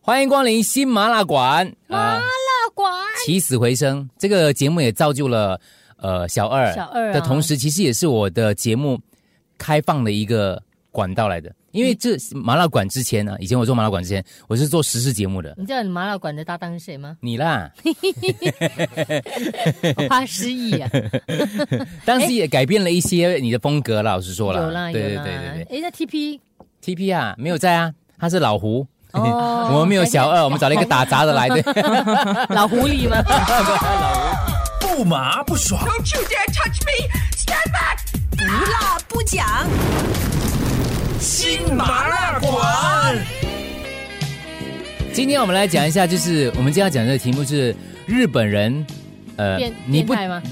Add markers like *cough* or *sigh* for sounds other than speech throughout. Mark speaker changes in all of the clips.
Speaker 1: 欢迎光临新麻辣馆
Speaker 2: 麻
Speaker 1: 啊！
Speaker 2: 辣馆，
Speaker 1: 起死回生，这个节目也造就了呃小二
Speaker 2: 小二啊
Speaker 1: 的同时，其实也是我的节目开放的一个管道来的。因为这麻辣馆之前呢、以前我做麻辣馆之前，我是做时事节目的。？
Speaker 2: 你知道你麻辣馆的搭档是谁吗
Speaker 1: *laughs* 你
Speaker 2: *laughs*
Speaker 1: 啦，
Speaker 2: 我怕失忆
Speaker 1: *laughs*
Speaker 2: 啊，
Speaker 1: 但是也改变了一些你的风格啦，老实说啦，
Speaker 2: 有啦有啦，
Speaker 1: 对对对对对
Speaker 2: 哎，那 TP
Speaker 1: ，TP 啊没有在啊，他是老胡，*laughs*
Speaker 2: 哦
Speaker 1: 我们没有小二，我们找了一个打杂的来的。
Speaker 2: 老狐
Speaker 1: *laughs*
Speaker 2: 狸吗？
Speaker 3: 不麻不爽，
Speaker 4: Don't you dare touch me! Stand back! 不辣不讲，
Speaker 3: 新麻辣馆。
Speaker 1: 今天我们来讲一下，就是我们今天要讲的题目是日本人，呃
Speaker 2: 变
Speaker 1: 你
Speaker 2: 变
Speaker 1: 不
Speaker 2: 态吗？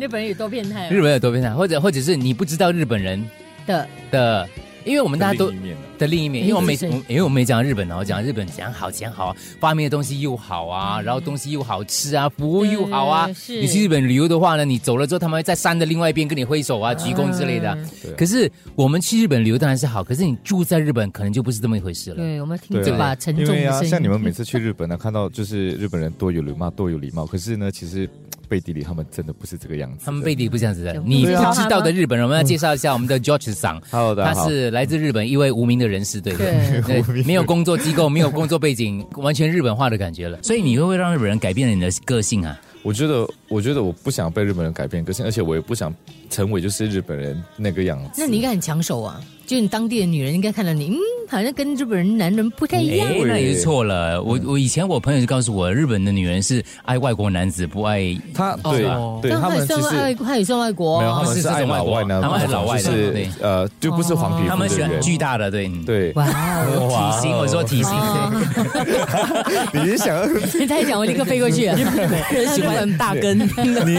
Speaker 2: 日本人有多变态
Speaker 1: *laughs*
Speaker 2: 啊
Speaker 1: 日本有多变态，或者或者是你不知道日本人
Speaker 2: 的？
Speaker 1: 的，因为我们大家都
Speaker 3: 另一面呢
Speaker 1: 的另一面，
Speaker 2: 嗯
Speaker 1: 因为我每
Speaker 2: 是
Speaker 1: 我因为我没讲日本啊，我讲日本讲好讲好，发明的东西又好啊，然后东西又好吃啊，服务又好啊
Speaker 2: 对。嗯是
Speaker 1: 你去日本旅游的话呢，你走了之后，他们会在山的另外一边跟你挥手啊、鞠躬之类的啊
Speaker 2: 嗯。
Speaker 1: 可是我们去日本旅游当然是好，可是你住在日本可能就不是这么一回事了。
Speaker 2: 对，我们听
Speaker 5: 对
Speaker 2: 这
Speaker 5: 啊
Speaker 2: 把沉重
Speaker 5: 因为
Speaker 2: 的
Speaker 5: 啊，
Speaker 2: 声音。
Speaker 5: 像你们每次去日本呢，看到就是日本人多有礼貌，多有礼貌。可是呢，其实背地里他们真的不是这个样子的。
Speaker 1: 他们背地里不是这样子的
Speaker 2: 对，
Speaker 1: 你不
Speaker 2: 对啊
Speaker 1: 知道的日本人，我们要介绍一下我们的 George 桑，
Speaker 5: ，Hello，大嗯
Speaker 1: 他
Speaker 5: 家好。
Speaker 1: 是来自日本一位无名的人士，对
Speaker 2: 对
Speaker 1: 对，没有工作机构，没有工作背景，完全日本化的感觉了。所以你会不会让日本人改变了你的个性啊？
Speaker 5: 我觉得，我觉得我不想被日本人改变个性，而且我也不想成为就是日本人那个样子。
Speaker 2: 那你应该很抢手啊，就你当地的女人应该看到你，嗯，好像跟日本人男人不太一样。啊
Speaker 1: 哎，那也是错了。我我以前我朋友就告诉我，日本的女人是爱外国男子，不爱
Speaker 5: 他
Speaker 1: 哦
Speaker 5: 对、
Speaker 1: 哦
Speaker 5: 对，
Speaker 2: 但
Speaker 5: 他
Speaker 2: 也
Speaker 5: 们其
Speaker 2: 算
Speaker 5: 实
Speaker 2: 外，他也算外国
Speaker 5: 没有，
Speaker 2: 啊
Speaker 5: 他。们
Speaker 1: 是
Speaker 5: 是
Speaker 1: 这
Speaker 5: 爱
Speaker 1: 种
Speaker 5: 老外呢，
Speaker 1: 他们爱
Speaker 5: 那种
Speaker 1: 老外的
Speaker 5: 就是
Speaker 1: 对哦
Speaker 5: 呃，就不是黄皮肤的人。
Speaker 1: 他们喜欢巨大的，对嗯
Speaker 5: 对，
Speaker 2: 哇哦！
Speaker 1: 体型，我说体型，
Speaker 2: 哦
Speaker 5: *laughs* 你是想要
Speaker 2: 你 *laughs* 再讲，我立刻飞过去。啊
Speaker 5: *laughs*
Speaker 2: 人 *laughs* 喜欢大根，
Speaker 5: 你也你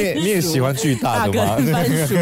Speaker 5: 也你也喜欢巨大
Speaker 2: *laughs*
Speaker 5: 的
Speaker 2: 啊
Speaker 5: 吗？
Speaker 2: 薯。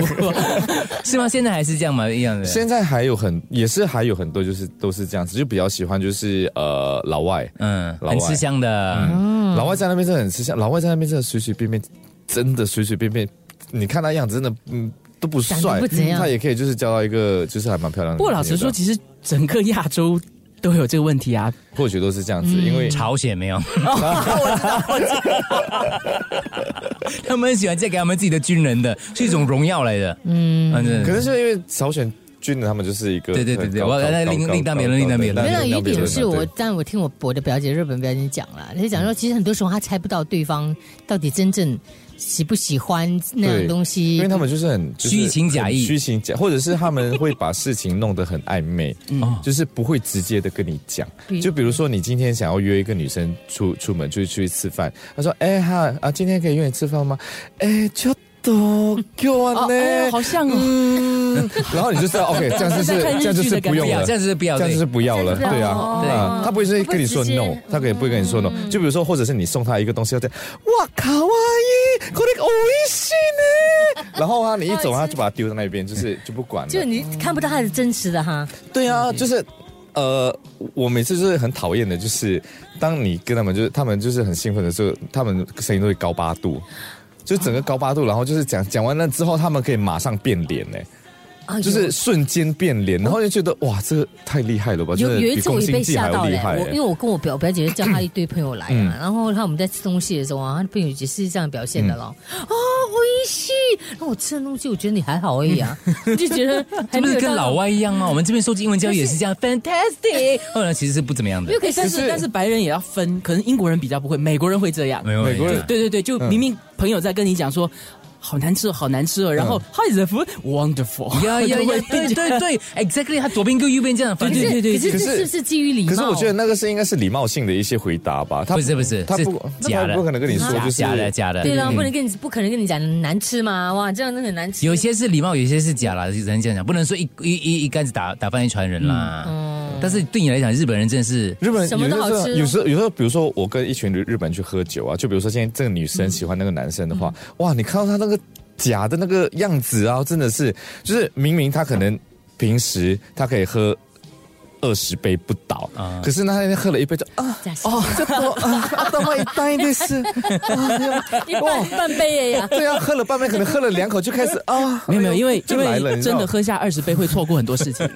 Speaker 1: *laughs* 是吗？现在还是这样吗？一样的。
Speaker 5: 现在还有很也是还有很多就是都是这样子，就比较喜欢就是呃老外，
Speaker 1: 嗯，
Speaker 5: 老
Speaker 1: 很吃
Speaker 5: 外
Speaker 1: 香的。嗯
Speaker 2: 嗯
Speaker 5: 老外在那边真的很吃香，老外在那边真的随随便便，真的随随便便，你看他样子真的嗯都不
Speaker 2: 长得
Speaker 5: 帅嗯
Speaker 2: 不怎，样
Speaker 5: 他也可以就是交到一个就是还蛮漂亮的女朋友的。
Speaker 6: 不过老实说，其实整个亚洲都有这个问题啊。
Speaker 5: 或许都是这样
Speaker 2: 嗯
Speaker 5: 子，因为
Speaker 1: 朝鲜没有，我知道，我知道。他们很喜欢嫁给他们自己的军人的，是一种荣耀来的。嗯，反正
Speaker 5: 可能是因为朝鲜军人他们就是一个
Speaker 1: 对对对对我那另另当别论另当别论
Speaker 2: 没有
Speaker 5: 有
Speaker 2: 一点是我，但我听我我的表姐日本表姐讲了，她就
Speaker 5: 嗯
Speaker 2: 讲说，其实很多时候她猜不到对方到底真正喜不喜欢那样
Speaker 5: 对
Speaker 2: 东西，
Speaker 5: 因为他们就是很就是
Speaker 1: 虚情假意
Speaker 5: 很虚情假，或者是他们会把事情弄得很暧昧，嗯就是不会直接的跟你讲
Speaker 2: 比。
Speaker 5: 就比如说你今天想要约一个女生出出门，就是去吃饭，他说：“哎、哈啊，今天可以约你吃饭吗？”哎、ちょっと今日は
Speaker 6: 哦，哎呦
Speaker 5: ね
Speaker 6: 好像哦。
Speaker 5: 嗯，然后你就知道 OK，这样就是
Speaker 6: 在看
Speaker 5: 这
Speaker 6: 日剧
Speaker 5: 样就是
Speaker 6: 的感
Speaker 5: 不
Speaker 6: 觉
Speaker 5: 用
Speaker 1: 不要
Speaker 5: 了，
Speaker 1: 这样子不要
Speaker 5: 这样就是
Speaker 1: 对。
Speaker 5: 不要了，
Speaker 2: 这样
Speaker 5: 对啊，
Speaker 2: 哦
Speaker 5: 啊，他不会是跟你说
Speaker 2: 他不会直
Speaker 5: no，
Speaker 2: 接
Speaker 5: 他可以不会跟你说 no。就比如说，或者是你送他一个东西，他在哇卡哇伊，これ美味しい呢。然后啊，你一走，他就把它丢在那
Speaker 2: *laughs*
Speaker 5: 边，就是就不管
Speaker 2: 就
Speaker 5: 了。
Speaker 2: 你看不到他的真实的哈。
Speaker 5: 对啊，就是。呃，我每次就是很讨厌的，就是当你跟他们，就是他们就是很兴奋的时候，他们声音都会高八度，就整个高八度，然后就是讲讲完了之后，他们可以马上变脸呢、
Speaker 2: 啊，有
Speaker 5: 就是瞬间变脸，然后就觉得哇，这个太厉害了吧，就
Speaker 2: 哦有
Speaker 5: 是
Speaker 2: 有一
Speaker 5: 比
Speaker 2: 次我
Speaker 5: 宫
Speaker 2: 也被
Speaker 5: 心计
Speaker 2: 吓
Speaker 5: 还要
Speaker 2: 到
Speaker 5: 厉
Speaker 2: 了，
Speaker 5: 害、欸哎
Speaker 2: 我因为我跟我表表姐就叫她一堆朋友来
Speaker 5: *clears throat*
Speaker 2: 啊，然后他我们在吃东西的时候啊，她的朋友也是这样表现的咯。
Speaker 5: 嗯
Speaker 2: 啊，我一西，然后我吃的东西，我觉得你还好而已啊，我就觉得
Speaker 1: 这
Speaker 2: 还
Speaker 1: 不
Speaker 2: 没
Speaker 5: *laughs*
Speaker 1: 是
Speaker 2: 有
Speaker 1: 跟
Speaker 2: 到
Speaker 1: 老，外一样啊吗？我们这边受英文教育也是这样，fantastic。后来其实是不怎么样的
Speaker 2: *laughs* 因为，可以
Speaker 6: 但
Speaker 2: 三
Speaker 6: 是但是白人也要分，可能英国人比较不会，美国人会这样。
Speaker 1: 没有
Speaker 5: 美国人
Speaker 6: 对对对，就明明朋友在跟你讲说。好难吃，哦，好难吃哦！然后、How is the food? Wonderful！
Speaker 1: 呀呀
Speaker 6: 就会 *laughs*
Speaker 1: 呀，对对对，exactly，他左边跟右边这样，反正
Speaker 6: 对对对
Speaker 2: 可是这
Speaker 5: 可是
Speaker 2: 是不是基于礼貌？
Speaker 5: 可是我觉得那个是应该是礼貌性的一些回答吧，他
Speaker 1: 不是不是，
Speaker 5: 他
Speaker 1: 是
Speaker 5: 不
Speaker 1: 假
Speaker 5: 他
Speaker 1: 的，
Speaker 5: 不可能跟你说
Speaker 1: 假
Speaker 5: 就是
Speaker 1: 假的假的。嗯
Speaker 2: 对嗯啦，不能跟你不可能跟你讲难吃嘛，哇，这样真的很难吃。
Speaker 1: 有些是礼貌，有些是假啦，只能这样讲，不能说一一一一竿子打打翻一船人啦。但是对你来讲，日本人真的是
Speaker 5: 日本
Speaker 2: 什么
Speaker 5: 有
Speaker 2: 都
Speaker 5: 的
Speaker 2: 好
Speaker 5: 时候
Speaker 2: 吃哦
Speaker 5: 有时候有时候，比如说我跟一群日日本人去喝酒啊，就比如说现在这个女生喜欢那个男生的话，哇，你看到他那个假的那个样子啊，真的是，就是明明他可能平时他可以喝。二十杯不倒。
Speaker 1: 啊
Speaker 5: 可是那天喝了一杯就啊 *laughs*
Speaker 2: 假设
Speaker 5: 哦，这多啊，頭一呆的 *laughs* 是，
Speaker 2: 一半半杯 *laughs* 呀，
Speaker 5: 对啊，喝了半杯，可能喝了两口就开始啊，
Speaker 6: 没有没有，因为
Speaker 5: 就
Speaker 6: 因
Speaker 5: 来了，
Speaker 6: 为
Speaker 5: 你知道
Speaker 6: 真
Speaker 5: 吗
Speaker 6: 的喝下二十杯会错过很多事情。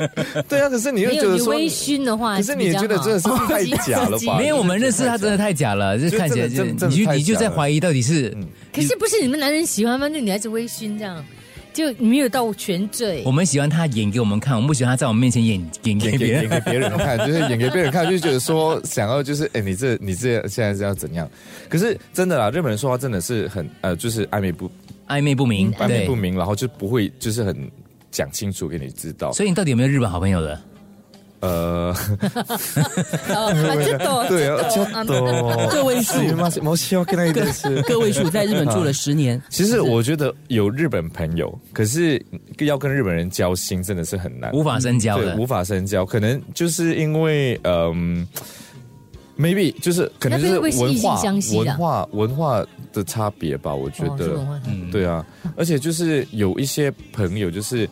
Speaker 5: 对啊，可是你又
Speaker 2: 没
Speaker 5: 觉
Speaker 2: 有
Speaker 5: 得
Speaker 2: 你
Speaker 5: 说，
Speaker 2: 微醺的话
Speaker 5: 可
Speaker 2: 比
Speaker 5: 是
Speaker 2: 较好，
Speaker 5: 你觉得真的是
Speaker 2: *laughs*
Speaker 5: 太假了吧？
Speaker 1: 没有，我们认识他真的太假了，就是看起来就是
Speaker 5: 真的真
Speaker 1: 你
Speaker 5: 的
Speaker 1: 就
Speaker 5: 太假了嗯
Speaker 1: 你就在怀疑到底是
Speaker 2: 可是不是你们男人喜欢吗？那女孩子微醺这样，就没有到全醉。
Speaker 1: 我们喜欢他演给我们看，我们不喜欢他在我们面前演演
Speaker 5: 演
Speaker 1: 给
Speaker 5: 给
Speaker 1: 别
Speaker 5: 演
Speaker 1: 人。
Speaker 5: 给
Speaker 1: *laughs*
Speaker 5: 别人看，就是演给别人看，就觉得说 *laughs* 想要就是哎，你这你这现在是要怎样？可是真的啦，日本人说话真的是很呃，就是暧昧不
Speaker 1: 暧昧不明，
Speaker 5: 嗯暧昧
Speaker 1: 对
Speaker 5: 不，明，然后就不会就是很讲清楚给你知道。
Speaker 1: 所以你到底有没有日本好朋友的？
Speaker 5: 呃，
Speaker 2: *laughs*
Speaker 5: *laughs*
Speaker 2: 哦，啊这懂，
Speaker 5: 对啊，
Speaker 2: 这
Speaker 5: ちょ
Speaker 2: 懂
Speaker 5: っ
Speaker 2: 啊
Speaker 5: と
Speaker 6: 各位数
Speaker 5: すいません申し訳ないです。
Speaker 6: 各位数在日本住了十年，
Speaker 5: 其实我觉得有日本朋友，可是要跟日本人交心真的是很难，
Speaker 1: 无法深交
Speaker 5: 对
Speaker 1: 的
Speaker 5: 无，法深交，可能就是因为嗯、m a y b e 就是可能就
Speaker 2: 那会不会是
Speaker 5: 文
Speaker 2: 异性
Speaker 5: 化
Speaker 2: 相吸的
Speaker 5: 文化文化的差别吧，我觉
Speaker 2: 哦
Speaker 5: 得
Speaker 2: 是，文化差别
Speaker 1: 嗯
Speaker 5: 对啊，而且就是有一些朋友就是。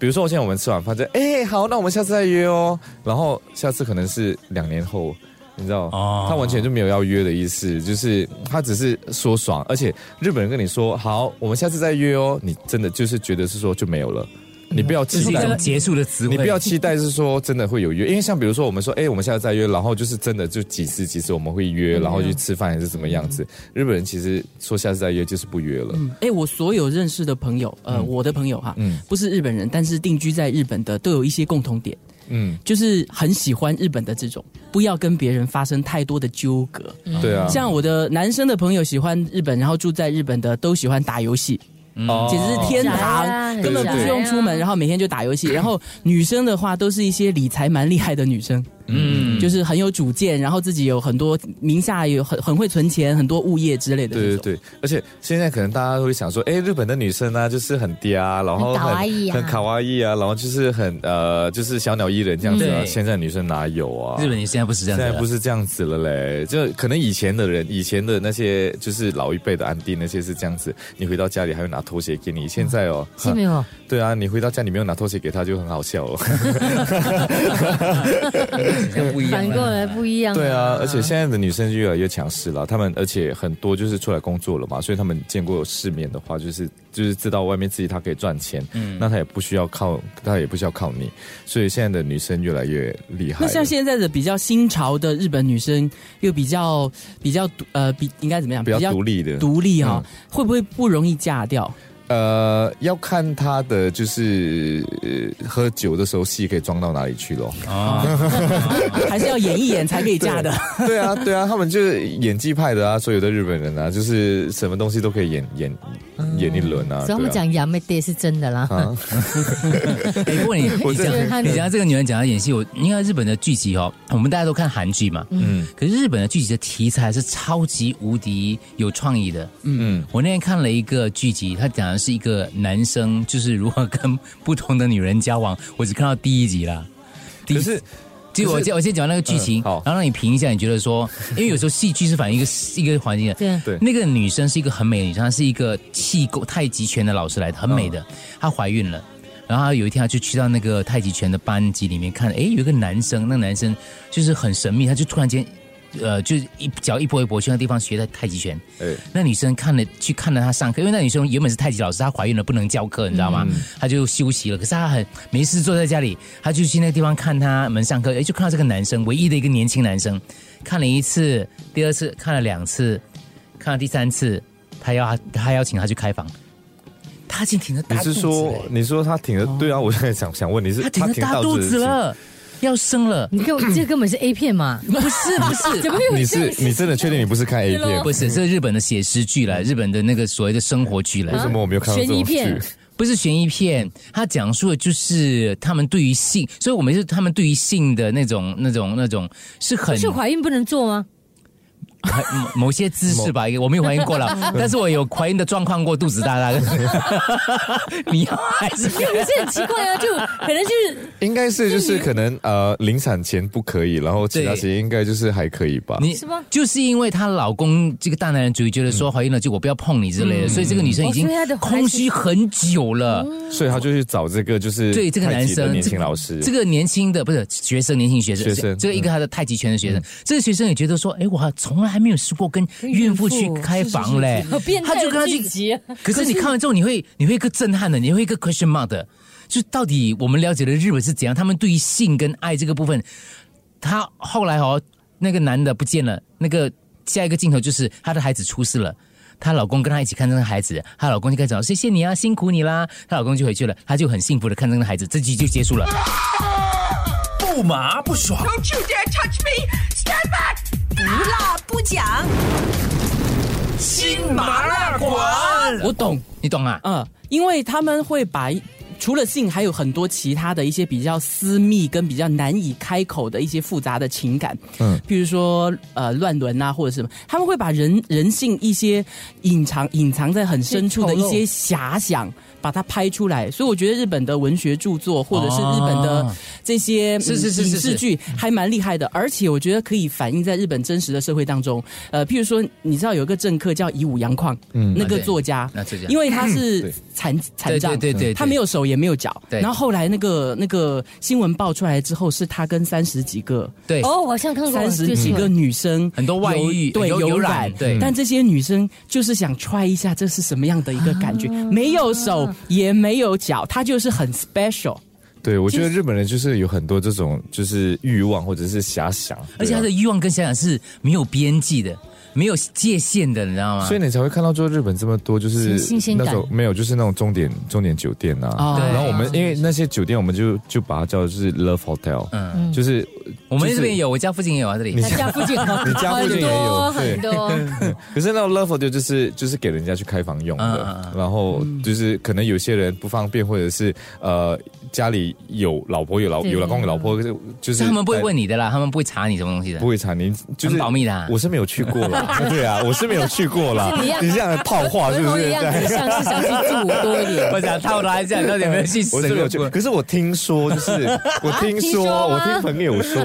Speaker 5: 比如说，现在我们吃完饭就哎好，那我们下次再约哦。然后下次可能是两年后，你知道，
Speaker 1: 哦
Speaker 5: 他完全就没有要约的意思，就是他只是说爽。而且日本人跟你说好，我们下次再约哦，你真的就是觉得是说就没有了，你
Speaker 2: 嗯
Speaker 5: 不要
Speaker 1: 这是
Speaker 5: 期
Speaker 1: 一
Speaker 5: 待
Speaker 1: 种结束的词汇。
Speaker 5: 你不要期待是说真的会有约，因为像比如说我们说，哎、我们下次再约，然后就是真的就几次几次我们会约，然后去吃饭还是怎么样子。日本人其实说下次再约就是不约了，
Speaker 6: 嗯，哎，我所有认识的朋友，呃，我的朋友哈
Speaker 5: 嗯，
Speaker 6: 不是日本人，但是定居在日本的，都有一些共同点，
Speaker 5: 嗯，
Speaker 6: 就是很喜欢日本的这种，不要跟别人发生太多的纠葛。
Speaker 5: 对啊，
Speaker 6: 像我的男生的朋友喜欢日本，然后住在日本的都喜欢打游戏，
Speaker 5: 哦
Speaker 6: 简直是天堂，
Speaker 2: 宅啊
Speaker 6: 根本
Speaker 2: 很
Speaker 6: 不
Speaker 2: 宅
Speaker 6: 用出门，
Speaker 2: 啊
Speaker 6: 然后每天就打游戏。
Speaker 5: 嗯
Speaker 6: 然后女生的话，都是一些理财蛮厉害的女生，嗯，就是很有主见，然后自己有很多名下有很很会存钱，很多物业之类的那
Speaker 5: 对
Speaker 6: 种。
Speaker 5: 对对，而且现在可能大家会想说，哎，日本的女生呢、就是很嗲、然后
Speaker 2: 很卡哇
Speaker 5: 很
Speaker 2: 伊啊
Speaker 5: 很卡哇伊啊，然后就是很呃，就是小鸟依人这样子啊。
Speaker 1: 对
Speaker 5: 现在女生哪有啊？
Speaker 1: 日本人现在不是这样
Speaker 5: 现
Speaker 1: 子
Speaker 5: 在
Speaker 1: 了，
Speaker 5: 不是这样子了嘞，就可能以前的人，以前的那些就是老一辈的安迪那些是这样子，你回到家里还会拿拖鞋给你。现在哦，
Speaker 2: 嗯是没有，
Speaker 5: 对啊，你回到家你没有拿拖鞋给他就很好笑哦了。
Speaker 1: 是不一样
Speaker 2: 反
Speaker 1: 了。
Speaker 2: 过来不一样。
Speaker 5: 对啊，而且现在的女生就越来越强势了，她们而且很多就是出来工作了嘛，所以她们见过世面的话，就是就是知道外面自己她可以赚钱，嗯，那她也不需要靠她也不需要靠你，所以现在的女生越来越厉害了。
Speaker 6: 那像现在的比较新潮的日本女生，又比较比较独呃，比应该怎么样？
Speaker 5: 比较独立的，嗯
Speaker 6: 独立哈、会不会不容易嫁掉？
Speaker 5: 呃，要看她的就是、呃喝酒的时候戏可以装到哪里去咯。
Speaker 1: 啊，
Speaker 6: 还是要演一演才可以嫁的？
Speaker 5: 对啊，对啊，他们就是演技派的啊，所有的日本人啊，就是什么东西都可以演演演一轮啊。
Speaker 2: 所以他们
Speaker 5: 对啊
Speaker 2: 讲杨梅爹是真的啦，
Speaker 1: *laughs*
Speaker 5: 啊，
Speaker 1: 哎，不过
Speaker 5: *laughs*
Speaker 1: 你你
Speaker 2: 这个
Speaker 1: 讲你讲到这个女人讲到演戏，我你看日本的剧集哦，我们大家都看韩剧嘛，
Speaker 5: 嗯
Speaker 1: 可是日本的剧集的题材是超级无敌有创意的。
Speaker 5: 嗯
Speaker 1: 我那天看了一个剧集，它讲的是一个男生就是如何跟不同的女人交往，我只看到第一集啦。第一
Speaker 5: 可是
Speaker 1: 就我
Speaker 5: 可是
Speaker 1: 先我先讲那个剧情，
Speaker 5: 嗯好
Speaker 1: 然后让你评一下，你觉得
Speaker 5: *laughs*
Speaker 1: 说，因为有时候戏剧是反映一个一个环境的。
Speaker 2: 对
Speaker 5: 对
Speaker 1: 那个女生是一个很美的女生，她是一个气功太极拳的老师来的，很美的。
Speaker 5: 嗯
Speaker 1: 她怀孕了，然后她有一天她就去到那个太极拳的班级里面看，诶，有一个男生，那个男生就是很神秘，他就突然间，呃，就是一脚一跛一跛去那地方学的太极拳。
Speaker 5: 哎
Speaker 1: 那女生看了去看了她上课，因为那女生原本是太极老师，她怀孕了不能教课，你知道
Speaker 5: 嗯
Speaker 1: 吗？她就休息了。可是她很没事坐在家里，她就去那个地方看他们上课，哎，就看到这个男生，唯一的一个年轻男生，看了一次，第二次看了两次，看了第三次，她要她邀请他去开房，他已经挺着
Speaker 5: 你
Speaker 1: 大肚
Speaker 5: 是
Speaker 1: 子
Speaker 5: 说
Speaker 1: 了，
Speaker 5: 你说他挺着？对啊，我现在想想问你是
Speaker 1: 她挺着
Speaker 5: 挺
Speaker 1: 大肚
Speaker 5: 的
Speaker 1: 子了，要生了。
Speaker 2: 你根本这根本是 A 片嘛？
Speaker 1: *laughs*
Speaker 2: 啊
Speaker 1: 不是不是，
Speaker 2: 怎么有 *laughs*
Speaker 5: 你
Speaker 2: 这
Speaker 5: 是
Speaker 2: 样子
Speaker 5: 你真的确定你不是看
Speaker 2: *laughs*
Speaker 5: A
Speaker 1: *laughs*
Speaker 5: 片？
Speaker 1: 不是，这是日本的写实剧来，日本的那个所谓的生活剧来
Speaker 5: 为。什么我没有看到这
Speaker 2: 悬疑
Speaker 5: 种
Speaker 2: 片
Speaker 5: 剧？
Speaker 2: *laughs*
Speaker 1: 不是悬疑片，它讲述的就是他们对于性，所以我们是他们对于性的那种、那种、那种是很
Speaker 2: 是怀孕不能做吗？
Speaker 1: 某某些姿势吧，我没有怀孕过
Speaker 2: *laughs*
Speaker 1: 了，但是我有怀孕的状况过，肚子大大的。你要还是
Speaker 2: 可是很奇怪啊，就可能就是
Speaker 5: 应该是就是可能呃临产前不可以，然后其他时间应该就是还可以吧。
Speaker 1: 你
Speaker 2: 是吗
Speaker 1: 就是因为她老公这个大男人主义，觉得说怀孕了就我不要碰你之类的，所以这个女生已经
Speaker 2: 嗯哦所以她的怀
Speaker 1: 空虚很久了。
Speaker 5: 所以他就去找这个就是
Speaker 1: 对这个
Speaker 5: 太
Speaker 1: 男
Speaker 5: 极的
Speaker 1: 生，
Speaker 5: 年轻老师，
Speaker 1: 这个年轻的不是学生，年轻学生，
Speaker 5: 学生嗯
Speaker 1: 这个一个他的太极拳的学生，这个学生也觉得说，哎，我还从来还没有试过跟孕妇去开房嘞，
Speaker 2: 好 *laughs* 变态
Speaker 1: 就跟
Speaker 2: 的
Speaker 1: 哎他
Speaker 2: 剧
Speaker 1: 去。
Speaker 2: 集。
Speaker 1: *laughs* 可是你看完之后，你会你会一个震撼的，你会一个 question mark 的，就到底我们了解的日本是怎样？他们对于性跟爱这个部分，他后来哦，那个男的不见了，那个下一个镜头就是她的孩子出事了。她老公跟她一起看着那个孩子，她老公就开始说：“谢谢你啊，辛苦你啦。”她老公就回去了，她就很幸福的看着那个孩子，这集就结束 *laughs* 了。
Speaker 3: 不麻不爽。
Speaker 4: Don't you dare touch me! Stand back! 不辣不讲，
Speaker 3: 新麻辣馆，
Speaker 6: 我懂，
Speaker 1: 你懂啊？
Speaker 6: 嗯，因为他们会把一除了性，还有很多其他的一些比较私密跟比较难以开口的一些复杂的情感，
Speaker 5: 嗯
Speaker 6: 嗯，譬如说呃乱伦啊或者什么，他们会把人人性一些隐藏隐藏在很深处的一些遐想。把它拍出来，所以我觉得日本的文学著作或者是日本的
Speaker 1: 哦
Speaker 6: 这些、嗯
Speaker 1: 是是是是
Speaker 6: 影视剧还蛮厉害的，而且我觉得可以反映在日本真实的社会当中。呃，譬如说，你知道有一个政客叫伊武洋匡，嗯，那
Speaker 1: 啊
Speaker 6: 个
Speaker 1: 对
Speaker 6: 作家，
Speaker 1: 那这样
Speaker 6: 因为他是
Speaker 2: 嗯
Speaker 5: 对
Speaker 6: 残残障，
Speaker 1: 对对对对对
Speaker 6: 他没有手也没有脚。
Speaker 1: 对
Speaker 6: 然后后来那个那个新闻爆出来之后，是他跟三十几个
Speaker 1: 对，
Speaker 2: 哦，我好像看过
Speaker 6: 三十
Speaker 2: 这
Speaker 6: 几
Speaker 2: 新
Speaker 6: 个
Speaker 2: 闻
Speaker 6: 女生
Speaker 1: 很多外遇
Speaker 6: 有对
Speaker 1: 有有
Speaker 6: 有
Speaker 1: 染
Speaker 6: 染
Speaker 1: 对
Speaker 6: 但这些女生就是想 try 一下这是什么样的一个感觉，
Speaker 2: 嗯
Speaker 6: 没有手也没有脚，她就是很 special。
Speaker 5: 对我觉得日本人就是有很多这种就是欲望或者是遐想，
Speaker 1: 而且他的
Speaker 5: 对啊
Speaker 1: 欲望跟想想是没有边际的，没有界限的，你知道吗？
Speaker 5: 所以你才会看到，就是日本这么多，就是
Speaker 2: 新鲜
Speaker 5: 那
Speaker 2: 感
Speaker 5: 种没有，就是那种重点重点酒店啊。
Speaker 6: 哦
Speaker 1: 对
Speaker 5: 然后我们因为那些酒店，我们就就把它叫就是 love hotel，
Speaker 1: 嗯，
Speaker 5: 就是
Speaker 1: 我们这边
Speaker 5: 有。
Speaker 1: 有，我家附近也有啊，这里
Speaker 5: 你
Speaker 2: 他家附近
Speaker 5: 你
Speaker 2: 很
Speaker 5: 家附近也有
Speaker 2: 多
Speaker 5: 对
Speaker 2: 很多，
Speaker 5: 可是那种 love hotel 就是就是给人家去开房用
Speaker 1: 嗯嗯
Speaker 5: 的，然后就是可能有些人不方便，或者是呃家里有老婆有老
Speaker 2: 对
Speaker 5: 有老公有老婆，就是
Speaker 1: 所
Speaker 5: 哎
Speaker 1: 以他们不会问
Speaker 5: 你，
Speaker 1: 你的啦，他们不会查你什么东西的
Speaker 5: 不。会查你，就是
Speaker 1: 很保密的啊
Speaker 5: 我是没有去过啦，对啊，我是没有去过啦
Speaker 2: 是你一。样
Speaker 5: 你这样的套话是
Speaker 2: 文
Speaker 5: 不
Speaker 2: 红
Speaker 5: 是
Speaker 2: 的？样子
Speaker 5: 对
Speaker 2: 像是想去住我多一点。
Speaker 1: 我想套他一下，到底有没有去
Speaker 5: 我是没有去，
Speaker 1: 过？
Speaker 5: 可是我听说，就是我听
Speaker 2: 听说
Speaker 5: 说，我
Speaker 2: 吗
Speaker 5: 听朋友说，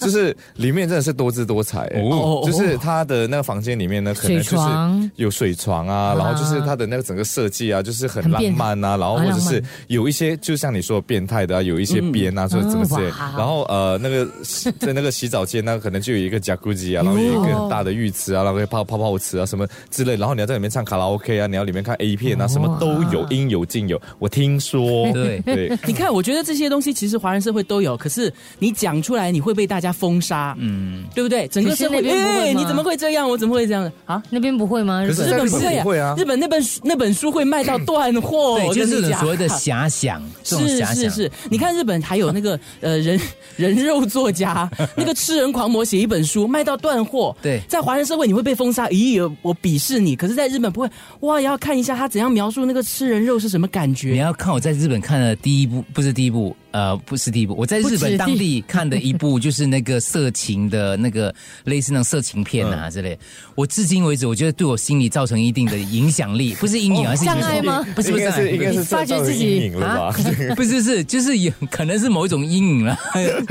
Speaker 5: 就是里面真的是多姿多彩、欸
Speaker 6: 哦
Speaker 5: 就是他的那个房间里面呢，可
Speaker 2: 水
Speaker 5: 能就是
Speaker 2: 床
Speaker 5: 有水床啊，然后就是他的那个整个设计啊，就是很浪漫啊，然后或者
Speaker 2: 很
Speaker 5: 是
Speaker 2: 浪
Speaker 5: 有一些就像你说的变态的啊，有一些边啊，说怎么之类
Speaker 2: 哦，哇
Speaker 5: 然后呃那个洗在那个洗澡间呢，可能就有一个 jacuzzi 啊，然后有一个很大的浴池啊，然后泡泡泡池啊什么之类，然后你要在里面唱卡拉 OK 啊，你要里面看 A 片啊，什么都有，应有尽有。我听说，
Speaker 1: 对
Speaker 5: 对。
Speaker 6: 你看，我觉得这些东西其实华人社会都有，可是你讲出来，你会被大家封杀，嗯，对不对？整个社会，
Speaker 2: 可是那边不会
Speaker 6: 哎
Speaker 2: 吗
Speaker 6: 你怎么会这样？我怎么会这样啊？
Speaker 2: 那边不会吗？
Speaker 5: 可
Speaker 2: 日
Speaker 5: 是
Speaker 2: 本
Speaker 5: 在日
Speaker 6: 不
Speaker 5: 本
Speaker 6: 会
Speaker 5: 不会啊
Speaker 6: 日本那本书那本书会卖到断货，
Speaker 1: 对，
Speaker 6: 我
Speaker 1: 就
Speaker 6: 跟
Speaker 1: 是这
Speaker 6: 你
Speaker 1: 种
Speaker 6: 讲
Speaker 1: 所谓的遐想，这种
Speaker 6: *laughs* 是
Speaker 1: 遐
Speaker 6: 是
Speaker 1: 想
Speaker 6: 是，你看日本还有
Speaker 1: *laughs*
Speaker 6: 那个呃人人肉作家， *laughs* 那个吃人狂魔写一本书卖到断货。
Speaker 1: 对
Speaker 6: 在华人社会你会被封杀，咦，有我鄙视你。可是，在日本不会，哇，要看一下他怎样描述那个吃人肉是什么感
Speaker 1: 你
Speaker 6: 觉。
Speaker 1: 要看我在日本看的第一部，不是第一部，呃，不是第一部，我在日本当地看的一部就是那个色情的那个类似那种色情片啊之类。我至今为止，我觉得对我心理造成一定的影响力，不是阴影，而是影响
Speaker 2: 障碍吗
Speaker 1: 不是不
Speaker 5: 应
Speaker 1: 是
Speaker 5: 该
Speaker 1: 障
Speaker 5: 是
Speaker 1: 碍
Speaker 5: 应该是
Speaker 2: 发觉自己
Speaker 5: 受到阴影了吧？
Speaker 1: 不是是，就是有可能是某一种阴影了，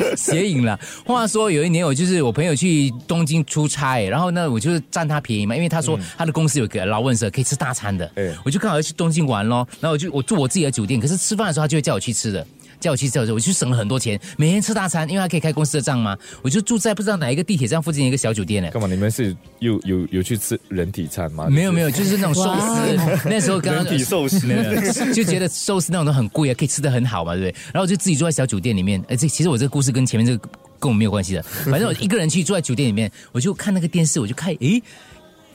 Speaker 1: *laughs* 邪影了。话说有一年我就是我朋友去东京出差，然后呢我就是占他便宜嘛，因为他说他的公司有个劳问社可以吃大餐的，
Speaker 5: 哎
Speaker 1: 我就刚好要去东京玩咯，然后我就我住我自己的酒店，可是吃饭的时候他就会叫我去吃的。叫我去吃，我去省了很多钱，每天吃大餐，因为他可以开公司的账嘛。我就住在不知道哪一个地铁站附近的一个小酒店呢。
Speaker 5: 干嘛？你们是有有有去吃人体餐吗？
Speaker 1: 没有没有，就是那种寿
Speaker 5: *laughs*
Speaker 1: 司，那时候刚刚
Speaker 5: 人体寿司
Speaker 1: 没有没有 *laughs* 就觉得寿司那种都很贵啊，可以吃的很好嘛，对不对？然后我就自己住在小酒店里面，哎，这其实我这个故事跟前面这个跟我没有关系的，反正我一个人去住在酒店里面，我就看那个电视，我就看，诶。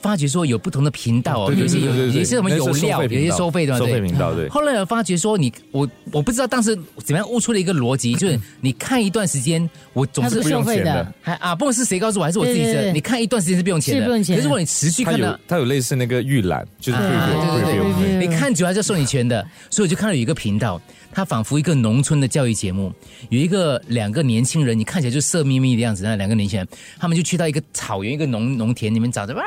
Speaker 1: 发觉说有不同的频道哦，
Speaker 5: 对
Speaker 1: 有一
Speaker 5: 对
Speaker 1: 些
Speaker 5: 对
Speaker 1: 有
Speaker 5: 对对
Speaker 1: 有
Speaker 5: 对
Speaker 1: 一些什么
Speaker 5: 那是
Speaker 1: 有
Speaker 5: 收费
Speaker 1: 料，有
Speaker 5: 频
Speaker 1: 一些
Speaker 5: 道
Speaker 1: 收费的嘛
Speaker 5: 收费
Speaker 1: 对
Speaker 5: 频道对
Speaker 1: 后来我发觉说你我我不知道当时怎么样悟出了一个逻辑，就是你看一段时间，我总
Speaker 2: 它
Speaker 1: 是
Speaker 2: 不
Speaker 1: 不
Speaker 2: 收
Speaker 1: 用
Speaker 2: 费
Speaker 5: 钱的
Speaker 2: 的，
Speaker 1: 还啊，不管是谁告诉我，还是我自己
Speaker 2: 对对
Speaker 1: 的，
Speaker 2: 对
Speaker 1: 你看一段时间是不用钱的，
Speaker 2: 是不用钱的
Speaker 1: 可是如果你持续
Speaker 5: 它
Speaker 1: 看
Speaker 5: 有
Speaker 1: 到。
Speaker 5: 它有类似那个预览，就是
Speaker 1: 啊
Speaker 5: preview
Speaker 1: 对对对你
Speaker 5: preview，
Speaker 1: 看久了就收你钱的，所以我就看到有一个频道，它仿佛一个农村的教育节目，有一个两个年轻人，你看起来就色眯眯的样子，那两个年轻人，他们就去到一个草原一个农农田里面找着，哇，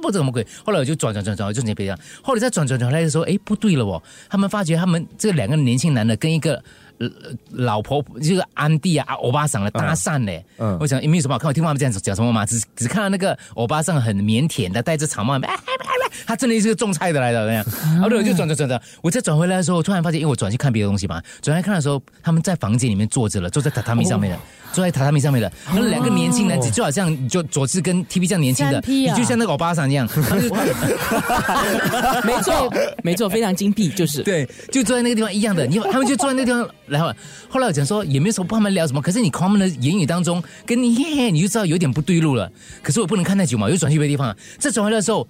Speaker 1: 不知道什么鬼。后来我就转转转转，我就直接别样。后来再转转转回来的时候，哎，不对了哦，他们发觉他们这两个年轻男的跟一个。呃老婆就是安迪啊，欧巴桑的搭讪呢、
Speaker 5: 嗯
Speaker 1: 我想也没有什么好看，我听他们这样子讲什么嘛，只只看到那个欧巴桑很腼腆的，戴着草帽，哎哎哎他真的是个种菜的来的那
Speaker 2: *laughs*
Speaker 1: 样。然后我就转转转转，我再转回来的时候，我突然发现，因为我转去看别的东西嘛，转来看的时候，他们在房间里面坐着了，坐在榻榻米上面
Speaker 2: 哦
Speaker 1: 的。坐在榻榻米上面的，那两个年轻男子就好像就佐治跟 T B 这样年轻的，
Speaker 2: 三 P
Speaker 1: 你
Speaker 2: 啊
Speaker 1: 就像那个欧巴桑
Speaker 2: *laughs*
Speaker 1: 一样，他就
Speaker 6: *laughs* 没
Speaker 1: *laughs*
Speaker 6: 错，没错，非常精辟，就是
Speaker 1: 对，就坐在那个地方一样的，你他们就坐在那个地方，然后后来我讲说也没有什么不他们聊什么，可是你从他们的言语当中跟你嘿嘿，你就知道有点不对路了。可是我不能看太久嘛，我又转去别的地方，再转回来的时候，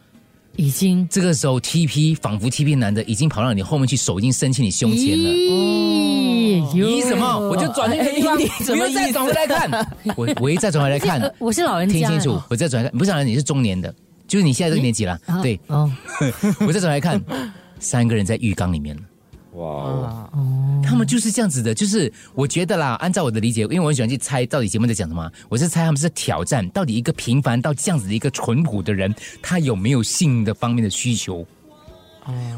Speaker 2: 已经
Speaker 1: 这个时候 TP 仿佛 TP 男的已经跑到你后面去，手已经伸进你胸前了。
Speaker 2: 咦哦哟
Speaker 1: 咦什么？我就转去别的地方，
Speaker 6: 哎你
Speaker 1: 不
Speaker 6: 怎么
Speaker 1: 用
Speaker 6: 意思
Speaker 1: 再转回来看。我我一再转回来看，
Speaker 2: 我是老人家，
Speaker 1: 听清楚，我再转回来，不是老人，你是中年的，就是你现在这个年纪了。
Speaker 2: 啊，
Speaker 1: 对，
Speaker 2: 哦，
Speaker 1: 我再转回来看，三个人在浴缸里面了。
Speaker 5: 哇哦，
Speaker 1: 他们就是这样子的，就是我觉得啦，按照我的理解，因为我很喜欢去猜到底节目在讲什么，啊我是猜他们是挑战到底一个平凡到这样子的一个淳朴的人，他有没有性的方面的需求。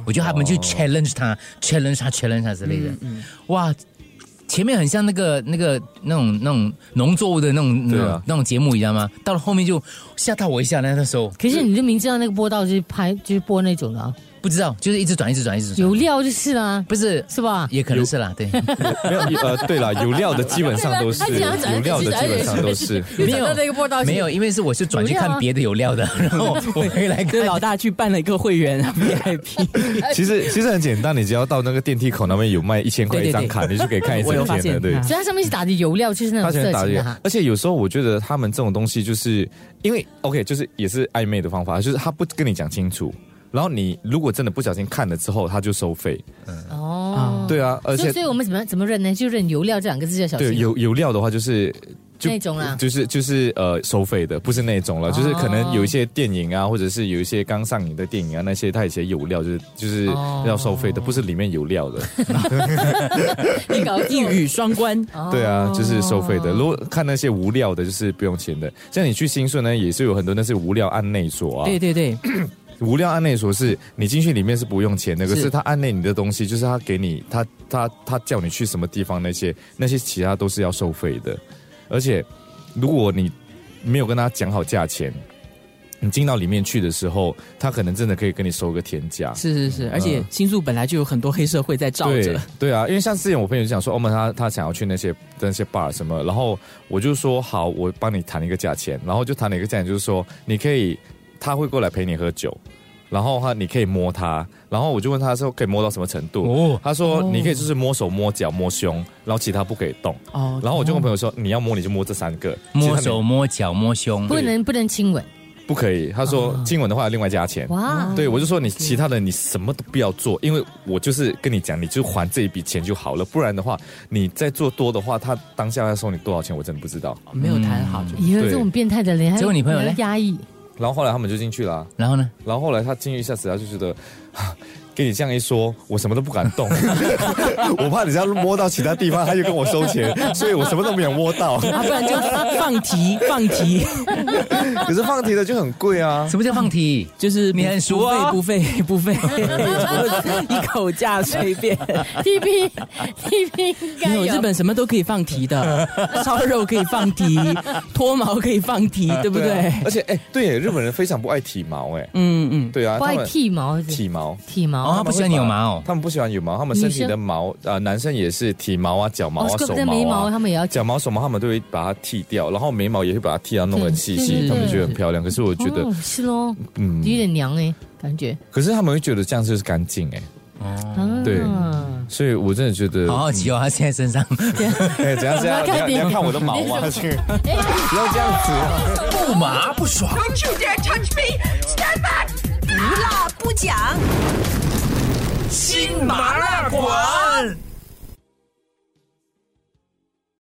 Speaker 1: 我觉得他们去 challenge 他，challenge 他，challenge 他之类的。哇，前面很像那个那个那种那种农作物的那种那
Speaker 5: 对
Speaker 1: 种、
Speaker 5: 啊
Speaker 1: 那种节目，你知道吗？到了后面就吓到我一下，那那时候
Speaker 2: 可是你就明知道那个播道就是拍就是播那种的啊，
Speaker 1: 不知道，就是一直转，一直转，一直转，
Speaker 2: 有料就是啦，
Speaker 1: 不是，
Speaker 2: 是吧？
Speaker 1: 也可能是啦，对。
Speaker 5: 没有呃，对了，有料的基本上都是，
Speaker 2: 对吧他讲
Speaker 5: 有料的基本上都是，
Speaker 2: 又转到那个播道去
Speaker 1: 没有，因为是我是转去
Speaker 2: 有料
Speaker 1: 看
Speaker 2: 啊
Speaker 1: 别的有料的，然后我回来
Speaker 6: 跟
Speaker 1: 看。
Speaker 6: 老大去办了一个会
Speaker 1: *laughs*
Speaker 6: 员 VIP，
Speaker 5: *laughs* 其实其实很简单，你只要到那个电梯口那边有卖一千块
Speaker 1: 对对
Speaker 5: 一张
Speaker 1: 对
Speaker 5: 卡，你就可以看一
Speaker 6: 我有
Speaker 5: 整
Speaker 6: 发
Speaker 5: 天的，
Speaker 6: 现
Speaker 5: 对。
Speaker 6: 啊
Speaker 2: 所以它上面是打的油料，就是那
Speaker 5: 他
Speaker 2: 种嗯
Speaker 5: 喜欢
Speaker 2: 色
Speaker 5: 打
Speaker 2: 情
Speaker 5: 猎
Speaker 2: 的哈，。
Speaker 5: 而且有时候我觉得他们这种东西，就是因为 OK，就是也是暧昧的方法，就是他不跟你讲清楚，然后你如果真的不小心看了之后，他就收费。
Speaker 2: 哦，
Speaker 5: 对啊，而
Speaker 2: 所以
Speaker 5: 且
Speaker 2: 所以我们怎么怎么认呢？就认油料这两个字叫小
Speaker 5: 对
Speaker 2: 心。
Speaker 5: 有有料的话就是。就
Speaker 2: 那种啦哦
Speaker 5: 就是就是呃，收费的不是那种了，就是可能有一些电影啊，或者是有一些刚上映的电影啊，那些它有些有料，就是就是
Speaker 2: 哦
Speaker 5: 要收费的，不是里面有料的，
Speaker 6: 一搞一语双关，
Speaker 5: 对啊，
Speaker 6: 哦
Speaker 5: 就是收费的。如果看那些无料的，就是不用钱的。像你去新顺呢，也是有很多那些无料按内所啊，
Speaker 6: 对对对，
Speaker 5: 无料按内所是你进去里面是不用钱的，可
Speaker 6: 是
Speaker 5: 是他按内你的东西，就是他给你他他他叫你去什么地方那些那些其他都是要收费的，而且如果你没有跟他讲好价钱，你进到里面去的时候，他可能真的可以跟你收个天价。
Speaker 6: 是是是，而
Speaker 1: 嗯
Speaker 6: 且新宿本来就有很多黑社会在罩
Speaker 5: 对
Speaker 6: 着，
Speaker 5: *laughs* 对啊，因为像之前我朋友就讲说，欧盟他他想要去那些那些 bar 什么，然后我就说好，我帮你谈一个价钱，然后就谈了一个价钱，就是说你可以，他会过来陪你喝酒，然后他你可以摸他，然后我就问他说可以摸到什么程度，
Speaker 1: 哦，
Speaker 5: 他说你可以就是摸手、摸脚、摸胸，然后其他不可以动，
Speaker 6: 哦，
Speaker 5: 然后我就跟朋友说你要摸你就摸这三个，其
Speaker 1: 摸
Speaker 5: 他你
Speaker 1: 手、摸脚、摸胸，
Speaker 2: 不能不能亲吻，
Speaker 5: 不可以，他说亲吻的话要另外加钱。
Speaker 2: 哇！
Speaker 5: 对，我就说你其他的你什么都不要做，因为我就是跟你讲，你就还这一笔钱就好了，不然的话，你再做多的话，他当下要收你多少钱，我真的不知道。
Speaker 6: 没有谈好就
Speaker 1: 嗯
Speaker 2: 以后这种变态的人，还
Speaker 1: 结果你朋友嘞
Speaker 2: 还压抑，
Speaker 5: 然后后来他们就进去了啊，
Speaker 1: 然后呢？
Speaker 5: 然后后来他进去一下子，他就觉得。啊跟你这样一说，我什么都不敢动， *laughs* 我怕你这样摸到其他地方，他就跟我收钱，所以我什么都没有摸到。
Speaker 6: 啊，不然就放题放题，
Speaker 1: *laughs*
Speaker 5: 可是放题的就很贵啊，
Speaker 1: 什么叫放题？
Speaker 6: 就是
Speaker 1: 你很熟啊
Speaker 6: 不费 *laughs* 不费不费，一口价随便。
Speaker 2: T P T P 应该
Speaker 6: 没有
Speaker 2: 有
Speaker 6: 日本什么都可以放题的，烧肉可以放
Speaker 1: *laughs*
Speaker 6: 题，脱毛可以放题，对不对？
Speaker 5: 啊而且哎、对耶，日本人非常不爱体毛哎，
Speaker 6: 嗯嗯，
Speaker 5: 对啊，
Speaker 2: 不爱
Speaker 5: 他们
Speaker 2: 剃毛，
Speaker 5: 体毛，
Speaker 2: 剃毛
Speaker 1: 哦，
Speaker 5: 啊
Speaker 1: 他不喜欢有毛。
Speaker 5: 他们不喜欢有毛，他们身体的毛，呃，男生也是体毛啊、脚毛啊、
Speaker 2: 哦怪
Speaker 5: 手
Speaker 2: 不得眉
Speaker 5: 毛
Speaker 2: 毛
Speaker 5: 啊。
Speaker 2: 他们也要
Speaker 5: 脚毛、手毛，他们都会把它剃掉，然后眉毛也会把它剃到弄得很细
Speaker 2: 对
Speaker 5: 细，
Speaker 2: 对
Speaker 5: 他们
Speaker 2: 对
Speaker 5: 觉得很漂亮。可是我觉得
Speaker 2: 哦，是咯，
Speaker 5: 嗯
Speaker 2: 有，点娘哎，感觉
Speaker 5: 可是他们会觉得这样就是干净哎，
Speaker 2: 啊
Speaker 5: 欸对所以我真的觉得，
Speaker 1: 好好奇哦，他现在身上 *laughs*
Speaker 5: 哎，怎样怎样，你要你要看我的毛吗？去，不要这样子啊。
Speaker 3: 不麻不爽。
Speaker 4: Don't you dare touch me! Stand back!
Speaker 7: 不辣不讲。
Speaker 3: 新麻辣馆。